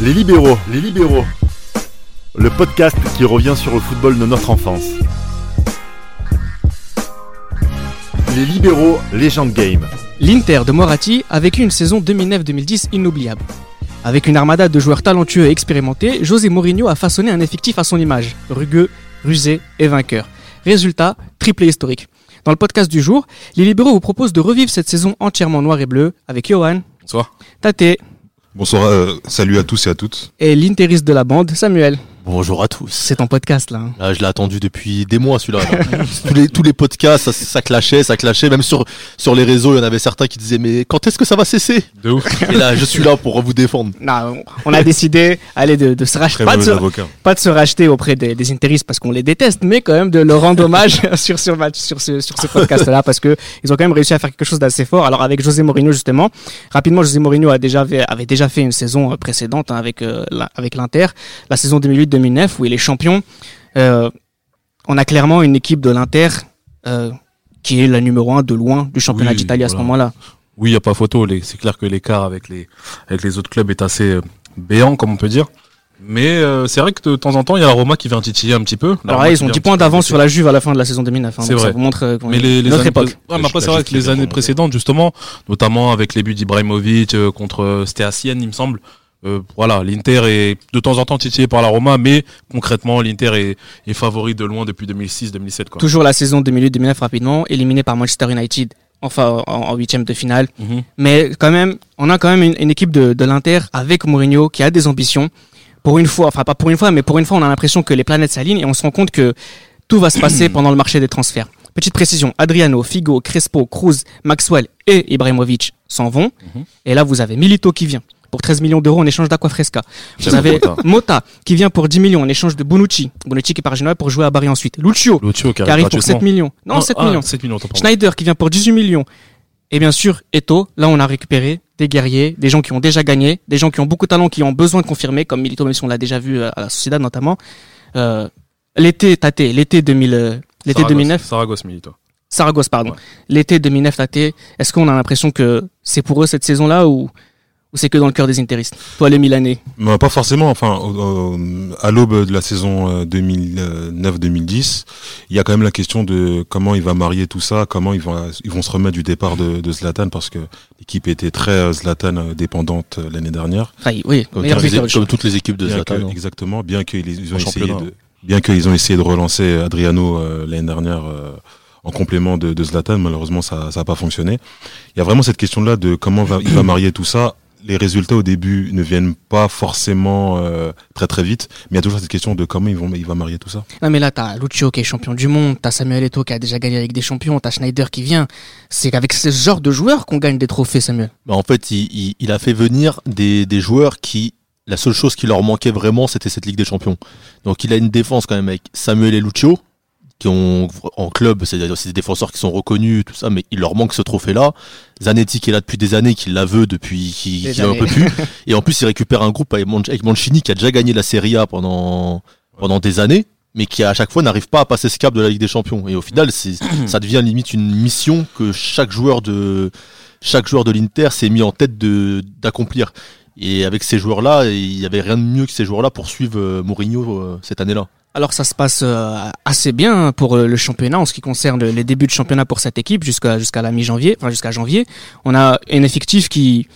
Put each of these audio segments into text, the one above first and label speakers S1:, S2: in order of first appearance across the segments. S1: Les libéraux, les libéraux. Le podcast qui revient sur le football de notre enfance. Les libéraux, légende game.
S2: L'Inter de Moratti a vécu une saison 2009-2010 inoubliable. Avec une armada de joueurs talentueux et expérimentés, José Mourinho a façonné un effectif à son image, rugueux, rusé et vainqueur. Résultat, triplé historique. Dans le podcast du jour, les libéraux vous proposent de revivre cette saison entièrement noire et bleue avec Johan,
S3: Bonsoir.
S2: Tate
S3: Bonsoir, euh, salut à tous et à toutes.
S2: et l'interiste de la bande, Samuel.
S4: Bonjour à tous.
S2: C'est ton podcast là. hein.
S4: Là, je l'ai attendu depuis des mois celui-là. là. tous, les, tous les podcasts, ça, ça clashait, ça clashait. Même sur, sur les réseaux, il y en avait certains qui disaient Mais quand est-ce que ça va cesser
S3: De ouf.
S4: Et là, je suis là pour vous défendre.
S2: Non, on a décidé allez, de, de se racheter.
S3: Très
S2: Pas de
S3: mauvais
S2: se,
S3: avocat.
S2: pas de se racheter auprès des, des interistes parce qu'on les déteste, mais quand même de leur rendre hommage sur, sur, ma- sur ce, sur ce podcast-là parce que ils ont quand même réussi à faire quelque chose d'assez fort. Alors avec José Mourinho justement, rapidement José Mourinho a déjà fait- avait déjà fait une saison euh, précédente hein, avec euh, la- avec l'Inter, la saison 2008-2009 où il est champion. Euh, on a clairement une équipe de l'Inter euh, qui est la numéro un de loin du championnat
S5: Oui,
S2: d'Italie à ce
S5: voilà.
S2: moment-là.
S5: Oui, il n'y a pas photo. les- C'est clair que l'écart avec les, avec les autres clubs est assez euh, béant, comme on peut dire. Mais euh, c'est vrai que de temps en temps, il y a la Roma qui vient titiller un petit peu. La
S2: Alors
S5: Roma
S2: là,
S5: qui
S2: ils ont
S5: vient
S2: 10
S5: un
S2: points
S5: petit peu
S2: d'avance sur la Juve à la fin de la saison 2009. hein,
S5: C'est
S2: donc
S5: vrai.
S2: Ça vous montre euh, qu'on
S5: Mais
S2: est-
S5: les, les
S2: notre
S5: années-
S2: époque.
S5: Ouais, mais après,
S4: Je-
S5: c'est
S4: je
S5: vrai
S4: kiffe
S5: que les
S4: les
S5: années
S4: Romains.
S5: précédentes, justement, notamment avec les buts d'Ibrahimovic euh, contre, euh, c'était à Sienne, il me semble. Euh, voilà, l'Inter est de temps en temps titillé par la Roma, mais concrètement, l'Inter est, est favori de loin depuis 2006-2007. quoi.
S2: Toujours la saison 2008-2009 rapidement, éliminé par Manchester United enfin en- en huitième de finale.
S5: Mhm.
S2: Mais quand même, on a quand même une, une équipe de, de l'Inter avec Mourinho qui a des ambitions. Pour une fois, enfin pas pour une fois, mais pour une fois, on a l'impression que les planètes s'alignent et on se rend compte que tout va se passer pendant le marché des transferts. Petite précision, Adriano, Figo, Crespo, Cruz, Maxwell et Ibrahimovic s'en vont.
S5: Mhm.
S2: Et là, vous avez Milito qui vient pour 13 millions d'euros en échange d'Aquafresca. Vous
S5: J'aime
S2: avez
S5: Mota.
S2: Mota qui vient pour 10 millions en échange de Bonucci. Bonucci qui part à Genoa pour jouer à Bari ensuite. Lucio
S5: Lucio
S2: qui arrive pour 7 millions. Non, 7 millions.
S5: 7 Ah, millions, autant pour moi.
S2: Schneider qui vient pour 18 millions. Et bien sûr, Eto, là on a récupéré des guerriers, des gens qui ont déjà gagné, des gens qui ont beaucoup de talent, qui ont besoin de confirmer, comme Milito, même si on l'a déjà vu à la Sociedad notamment. Euh, l'été, tâté, l'été 2000, euh, l'été
S5: Saragosse-
S2: 2009,
S5: Saragosse Milito.
S2: Saragosse, pardon.
S5: Ouais.
S2: L'été 2009, tâté, est-ce qu'on a l'impression que c'est pour eux cette saison-là ou, ou c'est que dans le cœur des interistes Toi, les Milanais.
S3: Bah, pas forcément. Enfin, au- au- à l'aube de la saison euh, 2009-2010, il y a quand même la question de comment il va marier tout ça, comment ils vont, ils vont se remettre du départ de, de Zlatan, parce que l'équipe était très euh, Zlatan euh, dépendante euh, l'année dernière.
S2: Enfin, oui,
S4: Comme,
S2: meilleur
S4: toutes les-
S2: buteur du
S4: comme toutes les équipes de
S3: Bien
S4: Zlatan.
S3: que-
S4: hein.
S3: exactement, bien qu'ils ils ont
S4: En
S3: essayé
S4: championnat.
S3: de, bien qu'ils ont essayé de relancer Adriano euh, l'année dernière euh, en complément de, de Zlatan, malheureusement ça n'a pas fonctionné. Il y a vraiment cette question-là de comment va, il va marier tout ça. Les résultats au début ne viennent pas forcément euh, très très vite, mais il y a toujours cette question de comment ils vont, il va marier tout ça.
S2: Non mais là t'as Lucio qui est champion du monde, t'as Samuel Eto'o qui a déjà gagné avec des champions, t'as Schneider qui vient. C'est avec ce genre de joueurs qu'on gagne des trophées, Samuel.
S4: Bah, en fait, il, il- il a fait venir des, des joueurs qui, la seule chose qui leur manquait vraiment, c'était cette Ligue des Champions. Donc, il a une défense quand même avec Samuel et Lucio, qui ont, en club, c'est-à-dire c'est des défenseurs qui sont reconnus, tout ça, mais il leur manque ce trophée-là. Zanetti, qui est là depuis des années, qui la veut depuis, qui,
S2: Des
S4: qui en
S2: années.
S4: peut plus. Et en plus, il récupère un groupe avec, Man- avec Mancini, qui a déjà gagné la Serie A pendant, pendant des années. Mais qui à chaque fois n'arrive pas à passer ce cap de la Ligue des Champions. Et au final, c'est- ça devient limite une mission que chaque joueur de, chaque joueur de l'Inter s'est mis en tête de d'accomplir. Et avec ces joueurs-là, il n'y avait rien de mieux que ces joueurs-là pour suivre euh, Mourinho euh, cette année-là.
S2: Alors ça se passe euh, assez bien pour euh, le championnat en ce qui concerne les débuts de championnat pour cette équipe jusqu'à jusqu'à la mi-janvier, enfin jusqu'à janvier. On a un effectif qui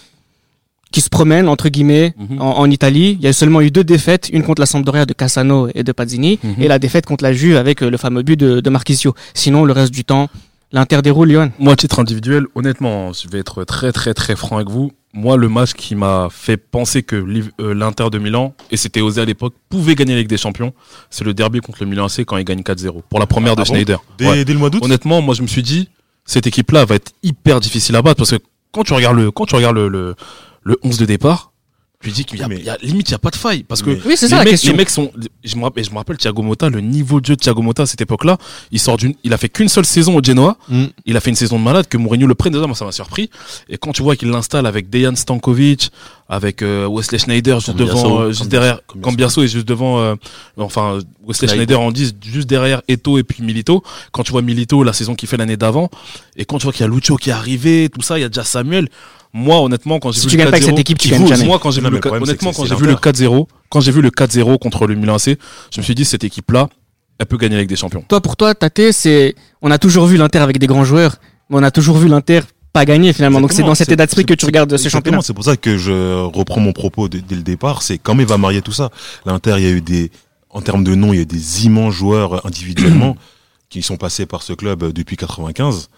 S2: qui se promène entre guillemets
S5: Mhm.
S2: en, en Italie. Il y a seulement eu deux défaites, une contre la Sampdoria de Cassano et de Pazzini
S5: Mhm.
S2: et la défaite contre la Juve avec euh, le fameux but de, de Marquisio. Sinon le reste du temps, l'Inter déroule Lyon.
S5: Moi, à titre individuel, honnêtement, je vais être très très très franc avec vous. Moi, le match qui m'a fait penser que l'Iv- euh, l'Inter de Milan, et c'était osé à l'époque, pouvait gagner la Ligue des Champions, c'est le derby contre le Milan AC quand il gagne 4-0 pour la première de
S3: Ah bon
S5: Schneider.
S3: Dès,
S5: Ouais.
S3: dès le mois d'août,
S5: Honnêtement, moi je me suis dit, cette équipe-là va être hyper difficile à battre parce que quand tu regardes le, quand tu regardes le, le, le 11 de départ, tu dis qu'il y a,
S3: Mais-
S5: il y a- limite il n'y a pas de faille parce que
S3: Mais-
S2: Oui c'est
S5: les
S2: ça la
S5: mecs,
S2: question.
S5: les mecs sont. Je me rappelle, je me rappelle Thiago Motta, le niveau de jeu de Thiago Motta à cette époque-là, il sort d'une. Il a fait qu'une seule saison au Genoa.
S4: Mm.
S5: Il a fait une saison de malade que Mourinho le prenne. Déjà, moi, ça m'a surpris. Et quand tu vois qu'il l'installe avec Dejan Stankovic, avec euh, Wesley Schneider juste
S4: Cambiasso,
S5: devant, euh, juste
S4: Cambiasso,
S5: derrière,
S4: Cambiasso.
S5: Cambiasso et juste devant, euh, enfin Wesley
S4: Snyder.
S5: Schneider en 10, juste derrière Eto et puis Milito. Quand tu vois Milito, la saison qu'il fait l'année d'avant, et quand tu vois qu'il y a Lucio qui est arrivé, tout ça, il y a déjà Samuel. Moi, honnêtement, quand j'ai
S2: Si
S5: vu
S2: tu
S5: le
S2: gagnes pas
S5: 4-0,
S2: avec cette équipe, tu
S5: qui
S2: gagnes
S5: vous-
S2: jamais.
S5: Moi, quand j'ai
S3: Non, mais
S5: vu, le
S3: le
S5: ca-
S3: problème, c'est
S5: honnêtement,
S3: que
S5: quand
S3: c'est
S5: j'ai vu le 4-0, quand j'ai vu le 4-0 contre le Milan AC, je me suis dit cette équipe-là, elle peut gagner avec des champions.
S2: Toi, pour toi, Tate, c'est, on a toujours vu l'Inter avec des grands joueurs, mais on a toujours vu l'Inter pas gagner finalement. Donc c'est
S3: Exactement,
S2: dans cet état d'esprit que tu regardes ce
S3: Exactement,
S2: championnat.
S3: C'est pour ça que je reprends mon propos dès, dès le départ. C'est comme il va marier tout ça. L'Inter, il y a eu des, en termes de noms, il y a eu des immenses joueurs individuellement qui sont passés par ce club euh, depuis 95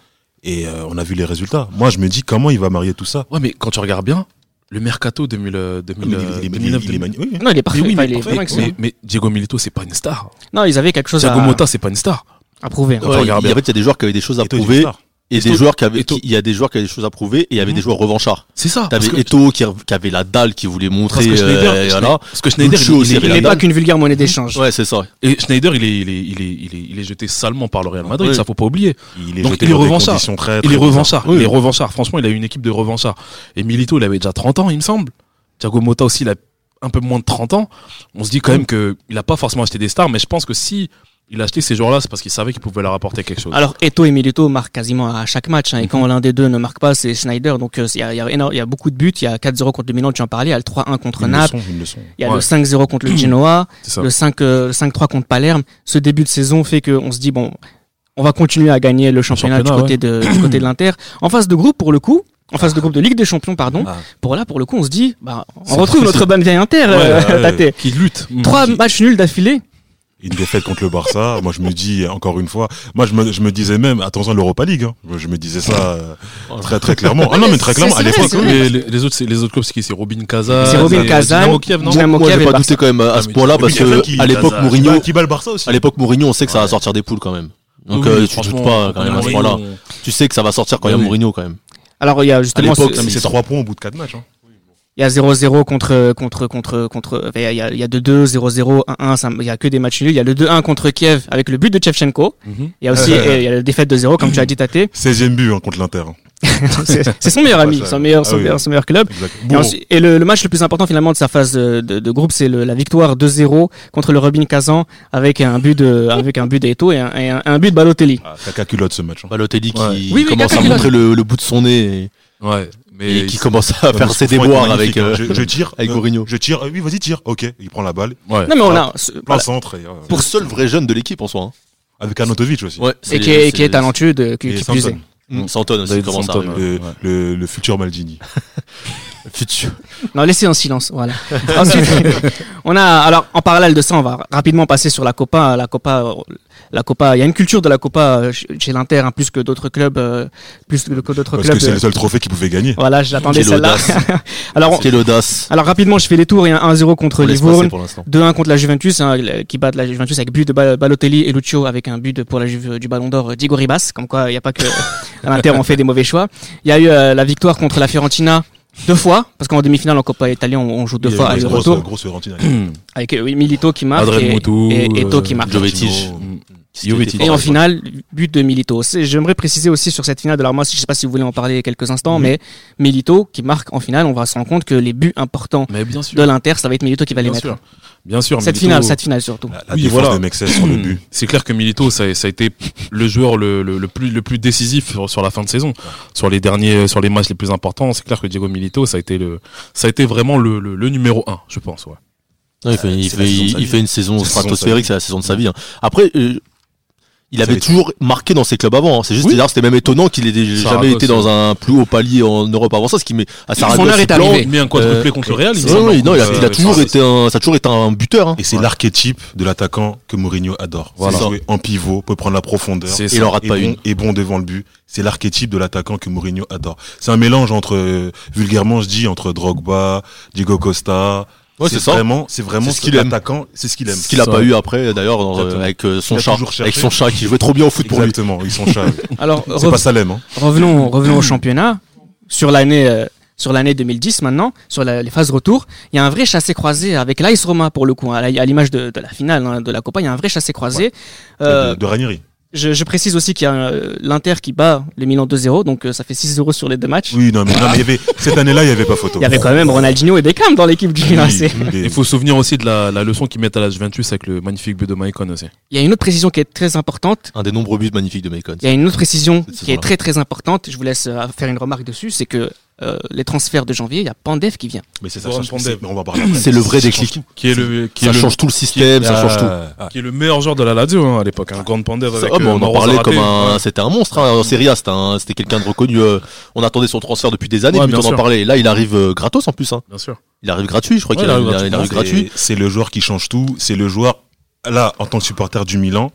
S3: et euh, on a vu les résultats. Moi, je me dis comment il va marier tout ça.
S5: Ouais, mais quand tu regardes bien, le mercato 2000, euh, 2000,
S3: Ah, Il est-
S5: euh,
S3: il est- il est-
S5: 2009,
S3: il est magnifique. Oui,
S2: Non, il est parfait.
S5: Mais oui,
S2: enfin, il est
S5: mais,
S2: vraiment
S5: mais-
S2: excellent.
S5: mais- mais Diego Milito, c'est pas une star.
S2: Non, ils avaient quelque chose à,
S5: Thiago Motta, c'est pas une star.
S2: à prouver.
S5: Ouais.
S4: il y a-
S5: regarde
S4: il y avait il y a des joueurs qui avaient des choses à
S3: Eto'o est une
S4: prouver
S3: star.
S4: et des
S5: Eto'o-
S4: joueurs qui avaient
S5: Eto'o-
S4: qui- il y a des joueurs qui avaient des choses à prouver et il y avait
S5: Mhm.
S4: des joueurs revanchards.
S5: C'est ça.
S4: T'avais
S5: parce que-
S4: Eto'o qui, qui avait la dalle qui voulait
S5: parce
S4: montrer
S5: que Schneider,
S4: euh,
S5: Schneider-
S4: voilà.
S5: parce que Schneider,
S4: Lucho
S5: il-
S4: aussi,
S5: il-
S4: il
S5: il
S2: Il
S5: est
S2: n'est
S4: Real
S2: pas
S4: Madrid.
S2: qu'une vulgaire monnaie d'échange.
S4: Ouais, c'est ça.
S5: Et Schneider, il est, il est, il est, il est, il est jeté salement par le Real Madrid,
S4: Ouais.
S5: ça faut pas oublier.
S3: Il est
S5: Donc,
S3: jeté
S5: il est
S3: dans des
S5: revanchard.
S3: conditions très,
S5: Il
S3: très
S5: est
S3: bizarres.
S5: revanchard,
S4: Oui.
S5: il est revanchard. Franchement, il a eu une équipe de revanchards. Et Milito, il avait déjà 30 ans, il me semble. Thiago Motta aussi, il a un peu moins de 30 ans. On se dit quand même qu'il a pas forcément acheté des stars, mais je pense que si il a acheté ces joueurs-là, c'est parce qu'il savait qu'il pouvait leur apporter quelque
S3: Ah.
S5: chose.
S2: Alors, Eto et Milito marquent quasiment à chaque match. hein, et quand l'un des deux ne marque pas, c'est Schneider. Donc, euh, il y, a- il y a éno- il y a beaucoup de buts. Il y a 4-0 contre le Milan, tu en parlais. Il y a le 3-1 contre
S3: Ils le
S2: Naples.
S3: sont, ils le sont.
S2: Il y a
S5: Ouais.
S2: le 5-0 contre le Genoa.
S5: C'est ça.
S2: le 5, euh, le 5-3 contre Palerme. Ce début de saison fait qu'on se dit, bon, on va continuer à gagner le championnat,
S5: championnat,
S2: du, côté de, du côté de l'Inter. En phase de groupe, pour le coup, en phase de groupe de Ligue des Champions, pardon,
S3: Ah.
S2: pour là, pour le coup, on se dit, bah, on
S5: C'est
S2: retrouve
S5: difficile.
S2: notre bonne vieille Inter, euh,
S3: ouais,
S2: Tate.
S5: Qui lutte. Mmh.
S2: Trois matchs nuls d'affilée.
S3: Une défaite contre le Barça. Moi, je me dis encore une fois. Moi, je me, je me disais même attention à l'Europa League. hein. Je me disais ça euh,
S5: Oh.
S3: très très clairement. Ah non, mais très clairement.
S2: C'est- c'est
S3: À
S2: vrai,
S3: l'époque,
S2: c'est vrai.
S5: Les, les- les autres, c'est- les autres clubs, c'est qui C'est Robin Kazan.
S2: C'est Robin
S5: euh,
S2: Kazan,
S5: Dynamo Kiev, non
S2: Dynamo
S4: Moi,
S2: Kiev
S4: j'ai
S2: et
S4: pas
S2: Barça.
S4: douté quand même à
S5: Ah,
S4: ce
S5: mais-
S4: point-là
S3: Et puis,
S4: parce
S3: il y a
S4: que
S3: ça qui-
S4: à l'époque
S3: Lazare.
S4: Mourinho,
S3: Qui bat- qui bat le Bah, Barça aussi.
S4: à l'époque Mourinho, on sait que ça va
S3: Ouais.
S4: sortir des poules quand même. Donc
S5: Oui,
S4: euh,
S5: oui,
S4: tu doutes
S5: franchement,
S4: pas quand même à ce
S5: Mourinho,
S4: point-là. Tu sais que ça va sortir quand
S5: Oui,
S4: même
S5: oui.
S4: Mourinho quand même.
S2: Alors, il y a
S4: À
S2: justement,
S4: l'époque,
S2: ce-
S3: Non, mais
S4: c'est
S3: c'est trois points au bout de quatre matchs. hein.
S2: il y a 0-0 contre, contre, contre, contre, enfin, il y a, il y a 2-2, 0-0, 1-1, ça- il y a que des matchs nuls. Il y a le 2-1 contre Kiev avec le but de Chevchenko.
S5: Mhm.
S2: Il y a aussi, euh, il y a la défaite de 0, comme tu as dit, Tate.
S3: 16e but hein, contre l'Inter. hein.
S2: C'est c'est son meilleur ami,
S3: Ouais, ça-
S2: son meilleur,
S3: ah
S2: son
S3: oui.
S2: meilleur, son meilleur club.
S3: Exact.
S2: Et,
S3: Bon,
S2: ensuite- et le, le match le plus important finalement de sa phase euh, de, de groupe, c'est le- la victoire 2-0 contre le Robin Kazan avec un but de, avec un but d'Eto et, un, et un, un but de Balotelli.
S3: ah, caca culotte ce match. hein.
S4: Balotelli
S5: Ouais.
S2: Oui,
S4: qui
S2: oui,
S4: commence à
S2: Kakula.
S4: montrer le, le bout de son nez
S5: Ouais,
S4: et,
S5: mais
S4: et qui commence à
S3: Ouais,
S4: faire
S3: mais
S4: ses
S3: ce coup franc est
S4: déboires avec
S3: magnifique, hein. je,
S4: euh,
S3: je tire
S4: avec
S3: euh,
S4: Mourinho.
S3: Je tire. euh, oui, vas-y tire. Ok, il prend la balle,
S5: ouais.
S2: Non mais
S3: Ah,
S2: on a ce-
S3: plein
S2: voilà.
S3: centre et, euh,
S4: Pour le seul vrai jeune de l'équipe en soi. hein.
S3: avec Arnautovic aussi.
S4: Ouais,
S2: et
S4: c'est-
S2: qui est, et qui
S4: c'est-
S2: est talentueux, de, qui,
S3: Et
S2: qui plus
S3: Santon,
S2: est.
S4: Mm, Santon aussi
S5: David
S4: commence à
S5: Santon,
S4: arriver.
S3: le,
S5: Ouais.
S3: le- le futur Maldini.
S4: Futur.
S2: Non, laissez en silence, voilà. Ensuite, on a alors en parallèle de ça, on va rapidement passer sur la Copa, la Copa, euh, la Copa. Il y a une culture de la Copa euh, ch- chez l'Inter hein, plus que d'autres clubs, euh, plus que d'autres
S3: Parce
S2: clubs.
S3: que c'est
S2: euh,
S3: le seul trophée qu'il pouvait gagner.
S2: Voilà, je l'attendais
S4: Quelle
S2: celle-là.
S4: audace.
S2: alors, on-
S4: Quelle audace.
S2: alors rapidement, je fais les tours. Il y a un 1-0 contre
S4: On laisse passer
S2: Livourne.
S4: pour l'instant.
S2: 2-1 contre la Juventus, hein, le- qui battent la Juventus avec but de Ba- Balotelli et Lucio avec un but de- pour la Juve du Ballon d'Or euh, Diego Ribas. Comme quoi, il n'y a pas que à l'Inter on fait des mauvais choix. Il y a eu euh, la victoire contre la Fiorentina deux fois, parce qu'en demi-finale en Coppa Italia on, on joue deux
S3: Il y a
S2: fois à
S3: une grosse-
S2: retour
S3: grosse Fiorentina.
S2: avec euh, oui, Milito qui marque
S5: Adrien
S2: et,
S5: Moutou,
S2: et, et Eto qui
S5: euh,
S2: marque.
S4: Jovetic.
S5: Mm.
S4: Qui s'était
S5: Jovetic.
S4: fait
S2: Et en
S4: fort,
S2: finale, but de Milito. C'est- J'aimerais préciser aussi sur cette finale de l'Armas, je sais pas si vous voulez en parler quelques instants, mais Milito qui marque en finale, on va se rendre compte que les buts importants
S5: Mais bien
S2: de
S5: sûr.
S2: l'Inter, ça va être Milito qui va les
S5: Bien
S2: mettre.
S5: sûr. Bien sûr.
S2: Cette
S5: Milito-
S2: finale, cette finale surtout.
S3: La, la
S5: Oui,
S3: défense
S5: voilà. Mm.
S3: de Mexès sur le but.
S5: C'est clair que Milito, ça, ça a été le joueur le, le, le plus, le plus décisif sur, sur la fin de saison. Sur les derniers, sur les matchs les plus importants, c'est clair que Diego Milito, ça a été le, ça a été vraiment le, le, le numéro un, je pense, ouais.
S4: Non, il fait, il
S3: C'est la
S4: fait-
S3: saison de sa
S4: il
S3: vie.
S4: fait une saison
S3: C'est la saison de sa
S4: stratosphérique,
S3: vie.
S4: c'est la saison de sa vie. hein. Après, euh, il
S3: Ça
S4: avait
S3: l'est.
S4: toujours marqué dans ses clubs avant. hein. C'est juste,
S5: Oui.
S4: d'ailleurs, c'était même étonnant qu'il ait déjà-
S5: Saragosse,
S4: jamais été dans un plus haut palier en Europe avant ça, ce qui met à Saragosse.
S2: heure
S4: il
S2: est
S4: plante.
S2: arrivée.
S5: Il met un quadruplé contre le Real, il me
S4: Euh, Ouais,
S5: semble.
S4: ouais, non, il a,
S5: Euh,
S4: il a toujours
S5: ça,
S4: été un, ça a toujours été un buteur. hein.
S3: Et c'est l'archétype de l'attaquant que Mourinho adore.
S4: Voilà.
S3: C'est jouer en pivot, peut prendre la profondeur.
S5: C'est
S4: Il
S5: ça.
S4: en rate
S3: et
S4: pas
S3: bon,
S4: Ah, une.
S3: et bon devant le but. C'est l'archétype de l'attaquant que Mourinho adore. C'est un mélange entre, euh, vulgairement, je dis, entre Drogba, Diego Costa.
S4: Ouais, c'est ça.
S3: vraiment, c'est vraiment
S4: C'est ce
S3: ce
S4: qu'il
S3: qu'il
S4: aime.
S3: attaquant, c'est ce qu'il aime.
S4: Ce qu'il a
S5: Ça.
S4: pas eu après, d'ailleurs, dans- euh,
S3: Exactement.
S4: avec euh, son
S3: Il a
S4: chat,
S3: toujours cherché.
S4: avec son chat qui jouait trop bien au foot pour lui.
S3: Exactement, ils sont chats.
S2: Alors,
S3: c'est
S2: rev-
S3: pas Salem, hein.
S2: Revenons, revenons au championnat. Sur l'année, euh, sur l'année 2010 maintenant, sur la- les phases retour, il y a un vrai chassé croisé avec l'Ice Roma pour le coup, hein, à la- à l'image de, de la finale hein, de la Copa, il y a un vrai chassé croisé. Euh,
S3: de, de Ranieri.
S2: je, je précise aussi qu'il y a euh, l'Inter qui bat le Milan 2-0, donc euh, ça fait 6-0 sur les deux matchs.
S3: Oui, non, mais, non, mais il y avait, cette année-là, il y avait pas photo.
S2: Il y avait quand même Ronaldinho et Beckham dans l'équipe du Milan.
S3: Oui,
S2: AC.
S3: il est-
S5: Il faut se souvenir aussi de la, la leçon qu'ils mettent à la Juventus avec le magnifique but de Maicon aussi.
S2: Il y a une autre précision qui est très importante.
S4: Un des nombreux buts magnifiques de Macon.
S2: Il y a une autre précision
S4: C'est
S2: qui est
S4: ça.
S2: très très importante. Je vous laisse euh, faire une remarque dessus, c'est que euh, les transferts de janvier, il y a Pandev qui vient.
S3: Mais c'est ça,
S5: Goran
S3: ça,
S5: Pandev.
S3: c'est- mais on va en parler après.
S4: C'est le vrai
S3: Ça change
S4: déclic.
S3: tout.
S5: Qui est le, qui
S4: Ça
S5: est le-
S4: change tout le système, ça change tout.
S3: Ah, ah.
S5: qui est le meilleur joueur de la Lazio hein, à l'époque. Un grand Pandev
S4: Ça,
S5: avec.
S4: oh, mais
S5: euh,
S4: on en
S5: Mauro
S4: parlait
S5: Zarate.
S4: comme un,
S5: Ouais.
S4: c'était un monstre hein, en Serie A, c'était, un- c'était quelqu'un de reconnu. euh, on attendait son transfert depuis des années,
S5: Ouais,
S4: puis
S5: bien
S4: on en
S5: sûr.
S4: parlait. Et là, il arrive euh, gratos en plus. hein.
S5: Bien sûr.
S4: Il arrive gratuit, je crois
S5: Ouais,
S4: qu'il
S5: il
S4: arrive,
S5: arrive
S4: il arrive
S3: C'est-
S4: gratuit.
S3: C'est le joueur qui change tout. C'est le joueur, là, en tant que supporter du Milan,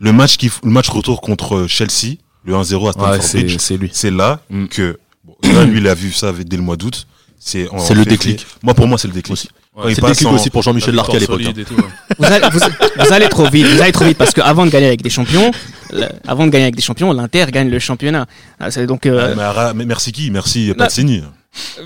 S3: le match, qui, f- le match retour contre euh, Chelsea, le 1-0 à
S4: Ah,
S3: Stamford
S5: Ouais,
S3: Bridge,
S5: c'est c'est lui.
S3: c'est là
S5: Mm.
S3: que. bon, là, lui, il a vu ça avec- dès le mois d'août. C'est en
S4: C'est le
S3: février.
S4: déclic.
S3: Moi, pour moi, c'est le déclic.
S4: Aussi.
S5: Ouais,
S3: Quand il
S4: C'est le
S3: passe
S4: déclic
S3: en-
S4: aussi pour Jean-Michel
S5: La
S4: Larquet à
S5: victoire
S4: l'époque. hein.
S5: solide et tout, ouais.
S2: Vous allez, vous, vous allez trop vite, vous allez trop vite parce que avant de gagner avec des champions, le- avant de gagner avec des champions, l'Inter gagne le championnat. Ah, c'est donc euh,
S3: Ah, mais Ara- mais merci qui Merci Pazzini.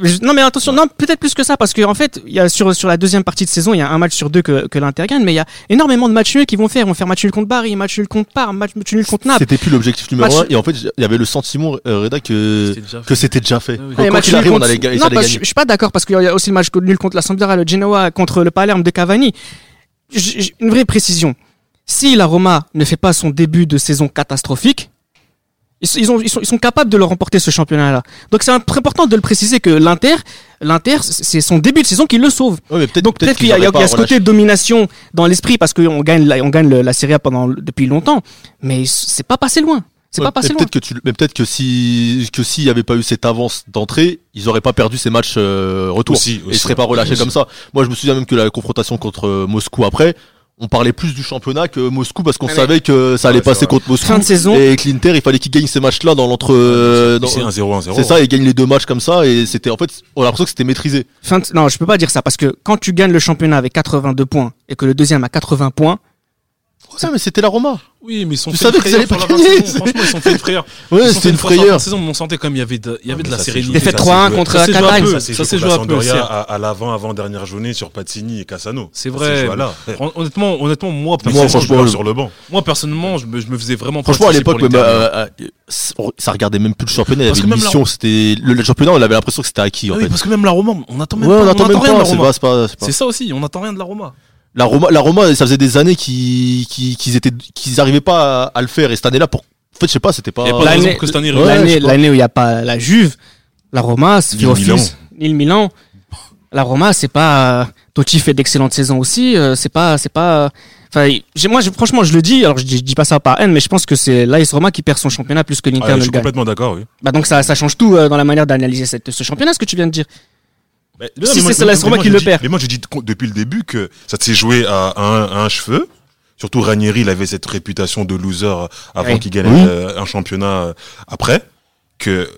S2: Je- Non mais attention, non peut-être plus que ça parce qu'en en fait, il y a sur sur la deuxième partie de saison, il y a un match sur deux que, que l'Inter gagne, mais il y a énormément de matchs nuls qui vont faire, Ils vont faire match nul contre Paris, match nul contre Parme, match nul contre Naples.
S4: C'était plus l'objectif numéro
S2: Match-
S4: 1 et en fait, j- il y avait le sentiment, euh, Reda, que,
S5: C'était déjà fait.
S4: que c'était déjà fait.
S5: Ah oui.
S4: Quand,
S2: Et
S4: quand
S2: match
S4: il
S2: nul
S4: arrive, on
S2: contre-
S4: allait, ga- il
S2: Non,
S4: fallait
S2: parce que je,
S4: gagner.
S2: je suis pas d'accord parce qu'il y a aussi le match nul contre la Sampdoria, le Genoa, contre le Palerme de Cavani. J- j- une vraie précision. Si la Roma ne fait pas son début de saison catastrophique, ils, s- ils ont- ils sont, ils sont capables de le remporter ce championnat-là. Donc c'est imp- important de le préciser que l'Inter, l'Inter, c'est son début de saison qui le sauve.
S4: Ouais, mais peut-être,
S2: Donc peut-être qu'il y a, il y a- il y a ce côté de domination dans l'esprit parce qu'on gagne, la- on gagne le- la Serie A pendant depuis longtemps, mais c'est pas passé loin. C'est
S4: Ouais,
S2: pas passé
S4: mais
S2: loin.
S4: peut-être que tu, mais peut-être que si que s'il y avait pas eu cette avance d'entrée, ils auraient pas perdu ces matchs euh, retour
S3: Aussi,
S4: et ils
S3: aussi. hein.
S4: seraient pas relâchés
S3: Aussi.
S4: comme ça. Moi, je me souviens même que la confrontation contre euh, Moscou après, on parlait plus du championnat que Moscou parce qu'on
S2: Ouais,
S4: savait que ça allait
S3: Ouais,
S4: passer
S3: c'est vrai.
S4: contre Moscou
S2: Fin de saison.
S4: et que l'Inter, il fallait qu'il gagne ces matchs-là dans l'entre. euh, dans-
S3: C'est un 0 1 0
S4: c'est ça, il gagne les deux matchs comme ça et c'était en fait, on a l'impression que c'était maîtrisé.
S2: Fin de- Non, je peux pas dire ça parce que quand tu gagnes le championnat avec 82 points et que le deuxième a 80 points,
S4: Ouais, mais c'était la Roma.
S5: Oui, mais ils sont
S4: Tu
S5: fait
S4: savais
S5: une
S4: qu'ils allaient
S5: frayeur
S4: pas
S5: sur la fin de
S4: gagner.
S5: saison. Franchement, ils sont fait une frayeur. Ils
S4: Ouais,
S5: sont
S4: c'était
S5: fait
S4: une
S5: fois sur la fin
S4: frayeur. Ah,
S5: de saison, mais on sentait quand même il y avait de, il y avait de la sérénité.
S2: Défaite 3-1 contre
S5: Ça s'est joué à
S2: Catane.
S5: peu.
S3: Ça,
S5: Ça s'est
S3: c'est
S5: joué
S3: joué
S5: un peu, hein.
S3: contre la Sampdoria
S4: hein.
S5: c'est-
S3: à, à l'avant avant dernière journée sur Pazzini et Cassano.
S5: C'est
S3: Ça,
S5: vrai.
S3: ce joueur-là.
S5: Hon- Honnêtement, honnêtement, moi,
S4: Moi,
S3: Moi,
S5: personnellement,
S4: franchement,
S3: franchement,
S4: je-
S3: sur le banc.
S5: moi, personnellement, je me, je me faisais vraiment. pas
S4: Franchement, à
S5: de soucis pour
S4: l'époque, même,
S5: l'Inter.
S4: euh, euh, euh, ça regardait même plus le championnat. Il y
S5: Parce
S4: avait
S5: que
S4: une
S5: même là,
S4: mission. C'était le, le championnat, on avait l'impression que c'était acquis en
S5: Ah
S4: fait.
S5: oui, parce que même la Roma, on attend même
S4: ouais,
S5: pas.
S4: on attend même
S5: rien
S4: pas,
S5: de la
S4: c'est
S5: Roma.
S4: pas, c'est pas, c'est pas-
S5: C'est ça aussi, on n'attend rien de la Roma.
S4: La Roma, la Roma, ça faisait des années qu'ils, qu'ils, qu'ils étaient, qu'ils arrivaient pas à, à le faire. Et cette année-là, pour, en fait, je sais pas, c'était pas.
S5: Il y a pas de
S2: l'année-
S5: raison que cette année.
S4: Ouais, je
S2: l'année
S4: sais pas.
S2: l'année où il n'y a pas la Juve, la Roma, c'est
S3: Ni le Milan.
S2: Ni le Milan. La Roma, c'est pas. euh, Totti fait d'excellentes saisons aussi. euh, c'est pas, c'est pas. Enfin, il- j'ai- moi, je- franchement, je le dis. Alors, je dis, je dis pas ça par haine, mais je pense que c'est l'AS Roma qui perd son championnat plus que
S3: Ah,
S2: l'Inter ne
S3: je
S2: le
S3: suis
S2: gagne.
S3: complètement d'accord, oui.
S2: Bah, donc, ça, ça change tout euh, dans la manière d'analyser cette- ce championnat, ce que tu viens de dire.
S3: Mais-
S2: Si,
S3: mais
S2: c'est
S3: moi-
S2: c'est la
S3: mais
S2: Roma
S3: moi,
S2: qui
S3: je
S2: le
S3: dis-
S2: perd.
S3: Mais moi, j'ai dit co- depuis le début que ça s'est joué à un, à un cheveu. Surtout Ranieri, il avait cette réputation de loser avant
S2: Ouais.
S3: qu'il gagne euh, un championnat euh, après. Que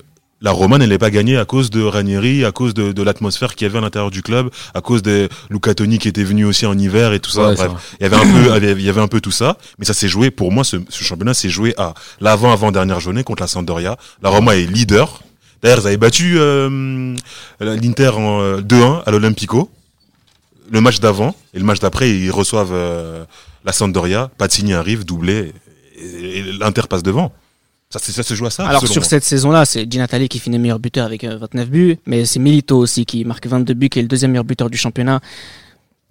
S3: la Roma n'allait pas gagner à cause de Ranieri, à cause de, de l'atmosphère qu'il y avait à l'intérieur du club, à cause de Luca Toni qui était venu aussi en hiver et tout ça.
S5: Ouais,
S3: Bref,
S5: ça.
S3: il y avait un peu, il y avait un peu tout ça. Mais ça s'est joué, pour moi, ce, ce championnat s'est joué à l'avant, avant dernière journée contre la Sampdoria. La Roma est leader. D'ailleurs, ils avaient battu euh, l'Inter en euh, 2-1 à l'Olympico. Le match d'avant et le match d'après, ils reçoivent euh, la Sampdoria. Pazzini arrive, doublé, et, et l'Inter passe devant. Ça, c'est- ça se joue à ça.
S2: Alors
S3: selon
S2: sur
S3: moi.
S2: cette saison-là, c'est Di Natale qui finit meilleur buteur avec euh, 29 buts, mais c'est Milito aussi qui marque 22 buts, qui est le deuxième meilleur buteur du championnat.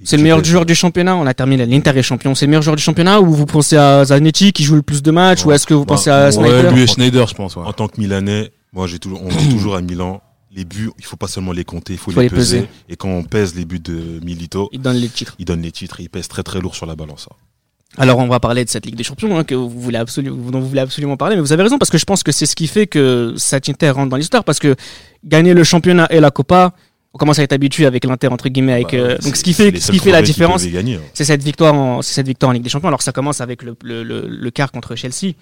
S2: C'est le meilleur joueur du championnat. On a terminé l'Inter est champion. C'est le meilleur joueur du championnat ou vous pensez à Zanetti qui joue le plus de matchs ou est-ce que vous
S3: Bah,
S2: pensez à
S3: ouais,
S2: Snyder
S5: lui et Schneider, je pense. ouais.
S3: En tant que Milanais, moi, j'ai toujours, on dit toujours à Milan, les buts, il faut pas seulement les compter, il faut, les, peser. Et quand on pèse les buts de Milito,
S2: Il donne les titres.
S3: il donne les titres et il pèse très très lourd sur la balance. hein.
S2: Alors on va parler de cette Ligue des Champions hein, que vous voulez absolument, dont vous voulez absolument parler, mais vous avez raison parce que je pense que c'est ce qui fait que cet Inter rentre dans l'histoire parce que gagner le championnat et la Copa, on commence à être habitué avec l'Inter entre guillemets, avec,
S3: Bah,
S2: euh,
S3: c'est-
S2: donc ce qui
S3: c'est
S2: fait,
S3: les
S2: ce qui
S3: seuls
S2: fait la
S3: trophées peuvent
S2: différence.
S3: les gagner. hein.
S2: c'est cette victoire en c'est cette victoire en Ligue des Champions. Alors ça commence avec le le, le, le quart contre Chelsea.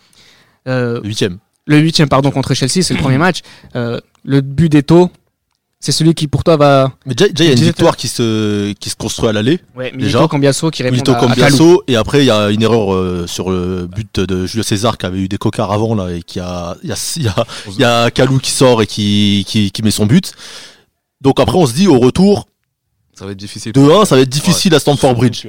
S2: Euh,
S4: Huitième.
S2: le huitième pardon contre Chelsea, c'est le premier match. Euh, le but d'Eto, c'est celui qui pour toi va.
S4: Mais déjà, déjà, il y a une
S2: Déjà,
S4: victoire qui se, qui se construit à l'aller.
S2: Ouais,
S4: Déjà.
S2: Milito Cambiasso qui répond
S4: Milito
S2: à, à Kalou.
S4: Cambiasso. Et après, il y a une erreur euh, sur le but de Julio César qui avait eu des cocards avant, là, et qui a, il y a, il y a, il y a Kalou qui sort et qui, qui, qui met son but. Donc après, on se dit, au retour,
S5: Ça va être difficile.
S4: 2-1, ça va être difficile à Stamford Bridge.